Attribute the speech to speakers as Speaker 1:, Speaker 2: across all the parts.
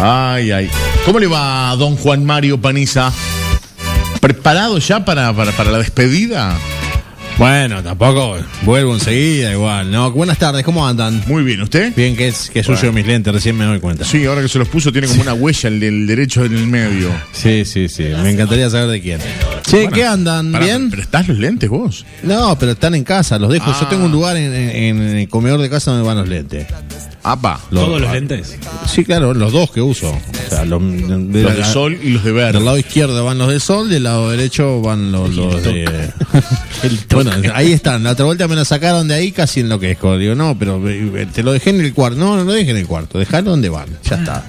Speaker 1: Ay, ay. ¿Cómo le va a don Juan Mario Paniza? ¿Preparado ya para, para, para la despedida?
Speaker 2: Bueno, tampoco vuelvo enseguida igual, ¿no? Buenas tardes, ¿cómo andan?
Speaker 1: Muy bien, ¿usted?
Speaker 2: Bien que es que sucio mis lentes, recién me doy cuenta.
Speaker 1: Sí, ahora que se los puso tiene como una huella el del derecho en el medio.
Speaker 2: Sí, sí, sí, me encantaría saber de quién. Che,
Speaker 1: Bueno,
Speaker 2: ¿qué andan?
Speaker 1: pará,
Speaker 2: ¿Bien?
Speaker 1: ¿Pero estás los lentes vos?
Speaker 2: No, pero están en casa, los dejo.
Speaker 1: Ah.
Speaker 2: Yo tengo un lugar en, en- en el comedor de casa donde van los lentes.
Speaker 1: Apa. Los,
Speaker 2: Los-
Speaker 3: ¿Todos los lentes?
Speaker 2: Sí, claro, los dos que uso. O sea, los
Speaker 1: de
Speaker 2: de, la-
Speaker 1: sol y los de verde.
Speaker 2: Del lado izquierdo van los de sol, del lado derecho van los, los de. bueno, ahí están. La otra vuelta me lo sacaron de ahí casi en lo que es. Digo, no, pero eh, te lo dejé en el cuarto. No, no lo dejé en el cuarto. Dejalo donde van. Ya está.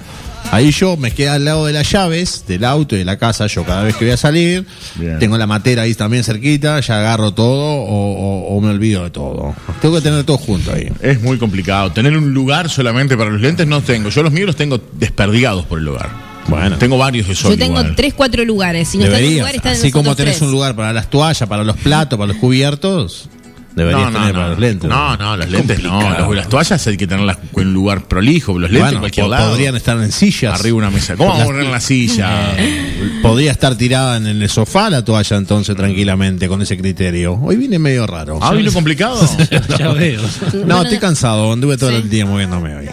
Speaker 2: Ahí yo me quedé al lado de las llaves del auto y de la casa. Yo cada vez que voy a salir,
Speaker 1: Bien.
Speaker 2: tengo la matera ahí también cerquita. Ya agarro todo o, o- o me olvido de todo. Tengo que tener todo junto ahí.
Speaker 1: Es muy complicado. Tener un lugar solamente para los lentes no tengo. Yo los míos los tengo desperdigados por el lugar.
Speaker 2: Bueno.
Speaker 1: Tengo varios de sol.
Speaker 4: Yo tengo
Speaker 1: igual.
Speaker 4: tres, cuatro lugares. Si no está en un
Speaker 2: Deberías.
Speaker 4: lugar, está en
Speaker 2: Así
Speaker 4: los
Speaker 2: como
Speaker 4: otros
Speaker 2: tenés
Speaker 4: tres.
Speaker 2: un lugar para las toallas, para los platos, para los cubiertos, deberías
Speaker 1: No, no,
Speaker 2: tener
Speaker 1: no.
Speaker 2: para los lentes.
Speaker 1: No, no, los lentes no.
Speaker 2: complicado.
Speaker 1: Los- las toallas hay que tenerlas en un lugar prolijo. Los lentes en
Speaker 2: Bueno,
Speaker 1: cualquier
Speaker 2: po-
Speaker 1: lado.
Speaker 2: podrían estar en sillas.
Speaker 1: Arriba una mesa. ¿Cómo vamos a
Speaker 2: Las-
Speaker 1: poner la silla?
Speaker 2: Podría estar tirada en el sofá la toalla entonces tranquilamente con ese criterio. Hoy viene medio raro.
Speaker 1: ¿Ah, hoy lo complicado?
Speaker 3: ya veo.
Speaker 2: No, estoy cansado, anduve todo
Speaker 4: Sí.
Speaker 2: el día moviéndome hoy.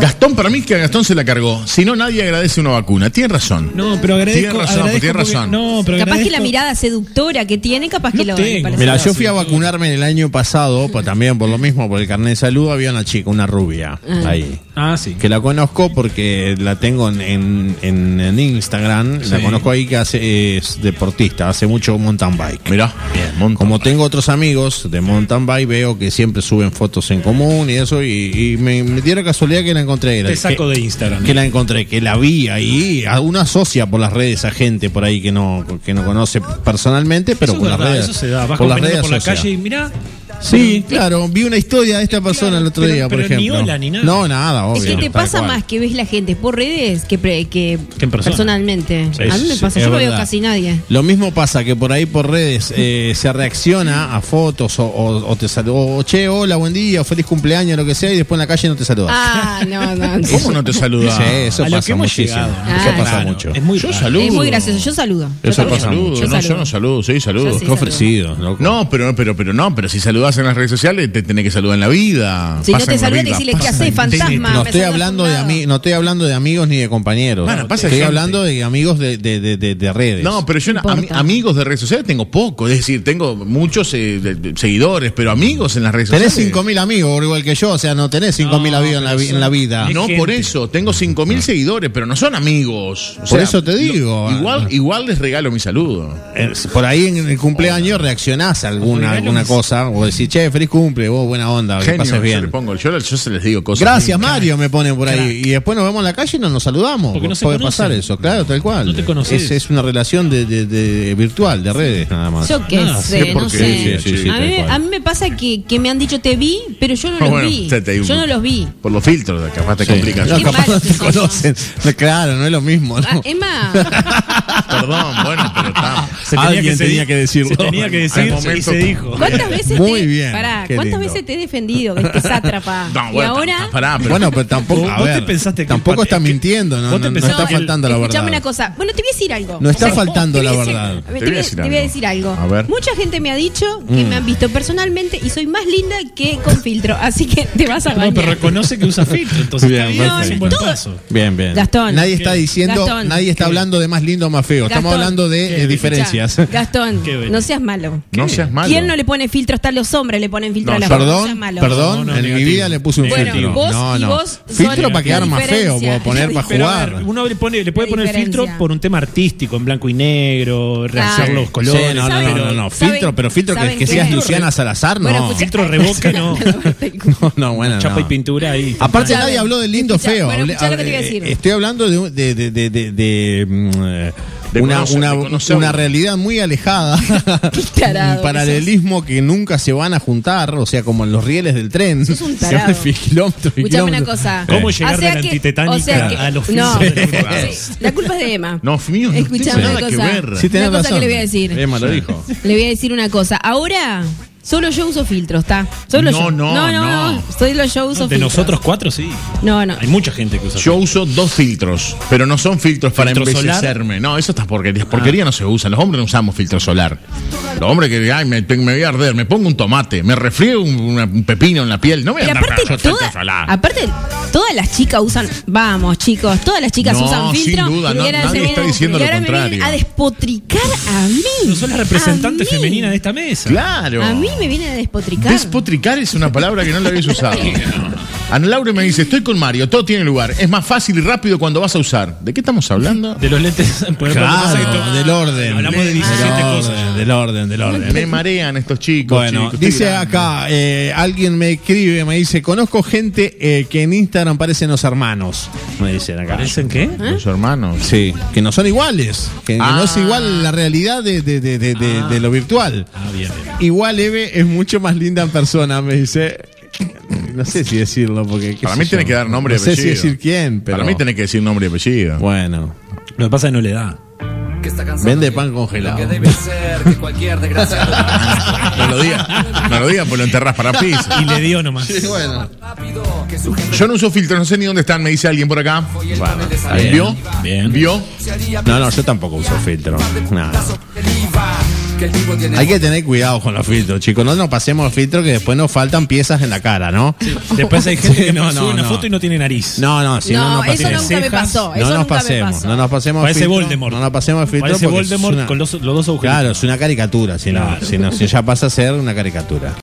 Speaker 1: Gastón, para mí es que a Gastón se la cargó. Si no, nadie agradece una vacuna. Tiene razón.
Speaker 3: No, pero agradezco.
Speaker 1: Tiene razón,
Speaker 3: agradezco
Speaker 1: tiene
Speaker 3: porque-
Speaker 1: razón.
Speaker 3: No, pero
Speaker 4: Capaz que
Speaker 3: agradezco-
Speaker 4: la mirada seductora que tiene, capaz que
Speaker 3: No
Speaker 4: lo
Speaker 3: tengo.
Speaker 4: parece-
Speaker 2: Mira, yo
Speaker 3: Sí,
Speaker 2: fui a
Speaker 3: sí.
Speaker 2: vacunarme el año pasado, pa- también por lo mismo, por el carnet de salud, había una chica, una rubia, ahí.
Speaker 3: Ah, sí.
Speaker 2: que la conozco porque la tengo en, en- en- en Instagram, la
Speaker 3: Sí.
Speaker 2: conozco ahí que hace, es deportista, hace mucho mountain bike.
Speaker 1: Mirá, bien, montón.
Speaker 2: Como tengo otros amigos de mountain bike, veo que siempre suben fotos en común y eso, y, y me, me dio la casualidad que la encontré.
Speaker 3: Te saco
Speaker 2: que,
Speaker 3: de Instagram.
Speaker 2: que la encontré, que la vi ahí. A Uno asocia por las redes a gente por ahí que no, que no conoce personalmente, pero
Speaker 3: eso es
Speaker 2: por las
Speaker 3: verdad,
Speaker 2: redes.
Speaker 3: eso se da. Vas
Speaker 2: por las
Speaker 3: caminando
Speaker 2: redes
Speaker 3: por la
Speaker 2: asocia.
Speaker 3: calle y mirá,
Speaker 2: Sí, claro. Vi una historia de esta persona el otro
Speaker 3: pero-
Speaker 2: día, por
Speaker 3: pero ni
Speaker 2: ejemplo.
Speaker 3: hola, ni nada.
Speaker 2: No, nada, obvio.
Speaker 4: Es que te
Speaker 2: tal
Speaker 4: pasa
Speaker 2: cual.
Speaker 4: más que ves la gente por redes que, pre- que,
Speaker 3: Que en persona.
Speaker 4: personalmente.
Speaker 2: Sí,
Speaker 4: a mí me
Speaker 2: sí,
Speaker 4: pasa,
Speaker 2: es
Speaker 4: yo no veo
Speaker 2: verdad.
Speaker 4: casi nadie.
Speaker 2: Lo mismo pasa que por ahí por redes eh, se reacciona a fotos o, o- o te saludó, o, che, hola, buen día, o feliz cumpleaños, lo que sea, y después en la calle no te saludas.
Speaker 4: Ah, no, no.
Speaker 1: ¿Cómo no te saluda?
Speaker 2: Sí, eso
Speaker 3: a lo
Speaker 2: pasa
Speaker 3: que hemos
Speaker 2: muchísimo.
Speaker 3: llegado, ¿no?
Speaker 2: Eso
Speaker 4: Ah,
Speaker 2: pasa
Speaker 3: claro,
Speaker 2: mucho.
Speaker 3: Es muy
Speaker 1: Yo
Speaker 3: raro.
Speaker 1: saludo.
Speaker 4: Es muy gracioso, yo saludo.
Speaker 2: Eso
Speaker 4: Yo
Speaker 1: Yo
Speaker 4: también.
Speaker 2: pasa
Speaker 1: saludo,
Speaker 2: mucho.
Speaker 4: Yo
Speaker 1: no, yo
Speaker 4: saludo.
Speaker 1: no saludo, sí, saludo.
Speaker 4: Yo
Speaker 2: Qué
Speaker 4: sí.
Speaker 2: ofrecido, loco.
Speaker 1: No, pero, pero, pero no, pero si saludás en las redes sociales te tenés que saludar en la vida.
Speaker 4: Si no
Speaker 1: Pasa
Speaker 4: te
Speaker 1: en la
Speaker 4: saludan,
Speaker 1: vida,
Speaker 4: decirle,
Speaker 1: pasa
Speaker 4: ¿qué haces,
Speaker 1: en-
Speaker 2: No
Speaker 4: fantasma? Ah, Me
Speaker 2: estoy
Speaker 4: saludas
Speaker 2: hablando
Speaker 4: por
Speaker 2: de
Speaker 4: un lado.
Speaker 2: ami- no estoy hablando de amigos ni de compañeros.
Speaker 1: Bueno, pasa
Speaker 2: estoy
Speaker 1: gente.
Speaker 2: hablando de amigos de, de- de- de- de redes.
Speaker 1: No, pero yo na-
Speaker 4: No
Speaker 1: am-
Speaker 4: importa.
Speaker 1: amigos de redes sociales tengo poco, es decir, tengo muchos eh, de- de- seguidores, pero amigos en las redes
Speaker 2: tenés
Speaker 1: sociales.
Speaker 2: 5.000 amigos, igual que yo, o sea, no tenés 5.000 amigos en la, vi- en la vida.
Speaker 1: No,
Speaker 3: Gente.
Speaker 1: por eso, tengo 5.000 seguidores, pero no son amigos. O
Speaker 2: Por eso te digo.
Speaker 1: lo- igual, igual les regalo mi saludo.
Speaker 2: Eh, Por ahí en el cumpleaños reaccionás a alguna,
Speaker 3: Regalo
Speaker 2: alguna
Speaker 3: mis-
Speaker 2: cosa. O decís, che, feliz cumple, vos buena onda, que
Speaker 1: Genio,
Speaker 2: pases
Speaker 1: Yo, le
Speaker 2: bien.
Speaker 1: pongo, yo, yo se les digo cosas.
Speaker 2: Gracias, Mario, me ponen por ahí. Y después nos vemos en la calle y no nos saludamos.
Speaker 3: Porque no se
Speaker 2: Puede
Speaker 3: conocen.
Speaker 2: pasar eso, claro, tal cual.
Speaker 3: No te conoces.
Speaker 2: Es, es una relación de, de- de virtual, de redes, nada más.
Speaker 4: Yo qué
Speaker 3: Nada,
Speaker 4: sé,
Speaker 1: sé por
Speaker 4: no
Speaker 1: qué.
Speaker 4: sé.
Speaker 1: Sí, sí, sí,
Speaker 4: a,
Speaker 2: tal
Speaker 4: mí,
Speaker 2: cual.
Speaker 4: a mí me pasa que, que me han dicho te vi, pero yo no
Speaker 1: Ah,
Speaker 4: los
Speaker 1: bueno,
Speaker 4: vi.
Speaker 1: te- te-
Speaker 4: Yo no los vi.
Speaker 1: Por los filtros, capaz te
Speaker 2: Sí.
Speaker 1: complican.
Speaker 2: No,
Speaker 4: Qué
Speaker 2: capaz
Speaker 4: malo
Speaker 2: no
Speaker 4: que
Speaker 2: te
Speaker 4: sos.
Speaker 2: conocen. No, claro, no es lo mismo. ¿no?
Speaker 4: Ah,
Speaker 3: em-
Speaker 4: Emma,
Speaker 1: Perdón, bueno, pero está.
Speaker 3: Se
Speaker 2: Alguien tenía
Speaker 3: se-
Speaker 2: que decirlo.
Speaker 3: Se tenía que
Speaker 2: Al
Speaker 3: decir y
Speaker 1: momento-
Speaker 3: se dijo.
Speaker 4: ¿cuántas veces
Speaker 2: Muy
Speaker 4: te,
Speaker 2: bien,
Speaker 4: pará,
Speaker 2: qué
Speaker 4: ¿cuántas
Speaker 2: lindo.
Speaker 4: veces te he defendido de este sátrapa?
Speaker 1: No,
Speaker 4: y
Speaker 1: bueno,
Speaker 4: ahora
Speaker 1: pará, pero-
Speaker 2: Bueno, Ah, pero tampoco,
Speaker 3: Vos-
Speaker 2: a
Speaker 3: vos te
Speaker 2: ver,
Speaker 3: pensaste que
Speaker 2: tampoco
Speaker 3: el
Speaker 2: está
Speaker 3: pa- que-
Speaker 2: mintiendo, no,
Speaker 3: vos te
Speaker 2: no- no
Speaker 3: pensaste
Speaker 2: está
Speaker 3: que el-
Speaker 2: faltando la verdad.
Speaker 4: Escuchame una cosa. Bueno, te voy a decir algo.
Speaker 2: No está
Speaker 4: O sea,
Speaker 2: faltando
Speaker 4: te voy a
Speaker 2: la
Speaker 4: decir-
Speaker 2: verdad.
Speaker 4: Te voy a te voy a decir algo.
Speaker 1: A ver.
Speaker 4: Mucha gente me ha dicho que me han visto personalmente y soy más linda que con filtro. Así que te vas a
Speaker 3: No,
Speaker 4: bañar.
Speaker 3: pero reconoce que usa filtro, entonces
Speaker 2: Bien,
Speaker 3: está bien,
Speaker 2: perfecto.
Speaker 3: es un buen
Speaker 4: Todo-
Speaker 3: paso.
Speaker 2: Bien, bien.
Speaker 4: Gastón.
Speaker 2: Nadie está diciendo,
Speaker 4: Gastón.
Speaker 2: nadie está hablando de más lindo o más feo. Estamos
Speaker 4: Gastón.
Speaker 2: hablando de eh,
Speaker 4: Escuchá,
Speaker 2: diferencias.
Speaker 4: Gastón,
Speaker 3: Qué bello.
Speaker 4: no seas malo.
Speaker 1: No seas malo.
Speaker 4: ¿Quién no le pone filtro? Hasta los hombres le ponen filtro
Speaker 1: No,
Speaker 4: a la No seas
Speaker 2: Perdón,
Speaker 4: malo.
Speaker 2: perdón,
Speaker 3: No, no,
Speaker 2: en mi
Speaker 3: negativo.
Speaker 2: vida le puse un
Speaker 3: Bueno,
Speaker 2: filtro.
Speaker 4: vos
Speaker 2: no,
Speaker 4: y
Speaker 2: no.
Speaker 4: vos son
Speaker 2: filtro para
Speaker 4: la
Speaker 2: quedar más feo,
Speaker 4: diferencia.
Speaker 2: puedo poner para
Speaker 3: Pero a ver,
Speaker 2: jugar.
Speaker 3: uno le pone, le puede
Speaker 4: La
Speaker 3: poner
Speaker 4: diferencia.
Speaker 3: filtro por un tema artístico, en blanco y negro, rehacer
Speaker 4: Ah.
Speaker 3: los
Speaker 4: Sí,
Speaker 3: colores.
Speaker 2: Sí, no, no, no,
Speaker 4: ¿saben?
Speaker 3: pero pues,
Speaker 2: no, no,
Speaker 4: ¿saben-
Speaker 2: filtro, pero filtro que,
Speaker 4: saben
Speaker 2: que
Speaker 4: qué?
Speaker 2: seas Luciana Salazar, no.
Speaker 4: Bueno, pues, escuchá-
Speaker 3: Filtro revoque, no.
Speaker 2: no, no, bueno, no.
Speaker 3: Chapa y pintura ahí.
Speaker 2: Aparte
Speaker 4: Escuchá,
Speaker 2: nadie habló del lindo
Speaker 4: escuchá,
Speaker 2: feo.
Speaker 4: bueno,
Speaker 2: Hablé-
Speaker 4: escuchá lo que te iba a decir.
Speaker 2: eh, Estoy hablando de, un- de, de, de, de- de, mm, eh,
Speaker 1: De
Speaker 2: una,
Speaker 1: conocer,
Speaker 2: una,
Speaker 1: de conocer.
Speaker 2: una realidad muy alejada.
Speaker 4: tarado
Speaker 2: un paralelismo que nunca se van a juntar, o sea, como en los rieles del tren.
Speaker 4: Sos un
Speaker 2: Se van
Speaker 4: tarado.
Speaker 2: de kilómetros y
Speaker 4: Escuchame una
Speaker 2: kilómetros.
Speaker 4: cosa.
Speaker 3: ¿Cómo
Speaker 4: O
Speaker 3: llegar
Speaker 4: sea
Speaker 3: de la
Speaker 4: que-
Speaker 3: antitetánica
Speaker 4: o sea que-
Speaker 3: a los
Speaker 4: no.
Speaker 3: filtros de los
Speaker 4: Sí, La culpa es de Emma.
Speaker 1: No, mío, no
Speaker 4: Escuchame
Speaker 1: tiene
Speaker 4: una
Speaker 1: nada que
Speaker 4: cosa.
Speaker 1: ver.
Speaker 2: Sí, tenés
Speaker 4: Una cosa
Speaker 2: razón.
Speaker 4: que le voy a decir.
Speaker 2: Emma lo dijo.
Speaker 4: Le voy a decir una cosa. Ahora Solo yo uso filtros, ¿está? Solo
Speaker 1: No,
Speaker 4: yo.
Speaker 1: no, no.
Speaker 4: Solo yo uso
Speaker 3: De
Speaker 4: filtros.
Speaker 3: nosotros cuatro, sí.
Speaker 4: No, no.
Speaker 3: Hay mucha gente que usa
Speaker 1: Yo uso dos filtros, pero no son filtros para
Speaker 3: ¿Filtro solar?
Speaker 1: embellecerme. No, eso está porquería. Porquería no se usan. Los hombres no usamos filtro solar. Los hombres que, ay, me, te- me voy a arder, me pongo un tomate, me refriego un, una- un pepino en la piel. No me voy a
Speaker 4: Pero
Speaker 1: andar
Speaker 4: aparte,
Speaker 1: con filtro
Speaker 4: toda-
Speaker 1: solar.
Speaker 4: aparte, todas las chicas usan. Vamos, chicos, todas las chicas
Speaker 1: No,
Speaker 4: usan
Speaker 1: sin
Speaker 4: filtro.
Speaker 1: duda,
Speaker 4: y
Speaker 1: no,
Speaker 4: ahora
Speaker 1: nadie
Speaker 4: se vienen-
Speaker 1: está diciendo
Speaker 4: y
Speaker 1: lo
Speaker 4: ahora me
Speaker 1: contrario.
Speaker 4: vienen a despotricar a mí.
Speaker 3: No son la representante
Speaker 4: A mí.
Speaker 3: femenina de esta mesa.
Speaker 1: Claro.
Speaker 4: A mí me vienen a despotricar.
Speaker 1: Despotricar es una palabra que no la habéis usado. Ana Laura me dice, estoy con Mario, todo tiene lugar. Es más fácil y rápido cuando vas a usar. ¿De qué estamos hablando?
Speaker 3: De los lentes. por ejemplo, pasa que
Speaker 2: Claro,
Speaker 3: to-
Speaker 2: del orden.
Speaker 3: Hablamos de 17
Speaker 2: del
Speaker 3: cosas.
Speaker 2: orden, Del orden, del orden.
Speaker 1: Me marean estos chicos.
Speaker 2: Bueno,
Speaker 1: chicos, estoy
Speaker 2: dice
Speaker 1: grande.
Speaker 2: acá, eh, alguien me escribe, me dice, conozco gente eh, que en Instagram parecen los hermanos. Me dicen acá.
Speaker 3: ¿Parecen qué?
Speaker 4: ¿Eh?
Speaker 1: Los hermanos.
Speaker 2: Sí, que no son iguales, que, que no es
Speaker 1: Ah.
Speaker 2: igual la realidad de, de- de- de- de- de lo virtual.
Speaker 3: Ah, bien, bien.
Speaker 2: Igual Eve es mucho más linda en persona, me dice. No sé si decirlo, porque... qué
Speaker 1: Para
Speaker 2: sé
Speaker 1: mí
Speaker 2: yo.
Speaker 1: tiene que dar nombre y
Speaker 2: No sé si
Speaker 1: apellido.
Speaker 2: decir quién, pero...
Speaker 1: Para mí tiene que decir nombre y apellido.
Speaker 2: Bueno,
Speaker 3: Lo que pasa es que no le da.
Speaker 5: que está cansado
Speaker 2: vende
Speaker 5: de-
Speaker 2: pan
Speaker 5: lo
Speaker 2: congelado.
Speaker 5: que debe ser que cualquier desgraciado
Speaker 1: No lo digas, no lo digas, pues lo enterrás para piso.
Speaker 3: Y le dio nomás.
Speaker 5: rápido que su gente
Speaker 1: Yo no uso filtros, no sé ni dónde están, me dice alguien por acá.
Speaker 5: Bueno, está
Speaker 2: bien.
Speaker 1: ¿Vio?
Speaker 3: Bien.
Speaker 1: ¿Vio?
Speaker 5: se haría
Speaker 2: No, no, yo tampoco uso filtro. Nada.
Speaker 5: pedazo que le iba, que el tipo tiene
Speaker 2: Hay que tener cuidado con los filtros, chicos. No nos pasemos los filtros que después nos faltan piezas en la cara, ¿no?
Speaker 3: Después hay gente que
Speaker 2: Sí, no,
Speaker 3: no, sube
Speaker 2: no,
Speaker 3: una
Speaker 2: no.
Speaker 3: foto y no tiene nariz.
Speaker 2: No, no, si no,
Speaker 4: no,
Speaker 2: nos
Speaker 4: eso
Speaker 2: pasemos.
Speaker 4: nunca me
Speaker 3: Cejas,
Speaker 4: pasó.
Speaker 2: no
Speaker 4: eso
Speaker 2: nos
Speaker 4: nunca me
Speaker 2: pasemos,
Speaker 4: pasó.
Speaker 2: no nos pasemos
Speaker 3: Parece
Speaker 2: filtro,
Speaker 3: Voldemort.
Speaker 2: No nos pasemos filtro
Speaker 3: Parece
Speaker 2: porque es
Speaker 3: Voldemort
Speaker 2: una-
Speaker 3: con los, los dos agujeros.
Speaker 2: Claro, es una caricatura, si no, si no, si ya pasa a ser una caricatura.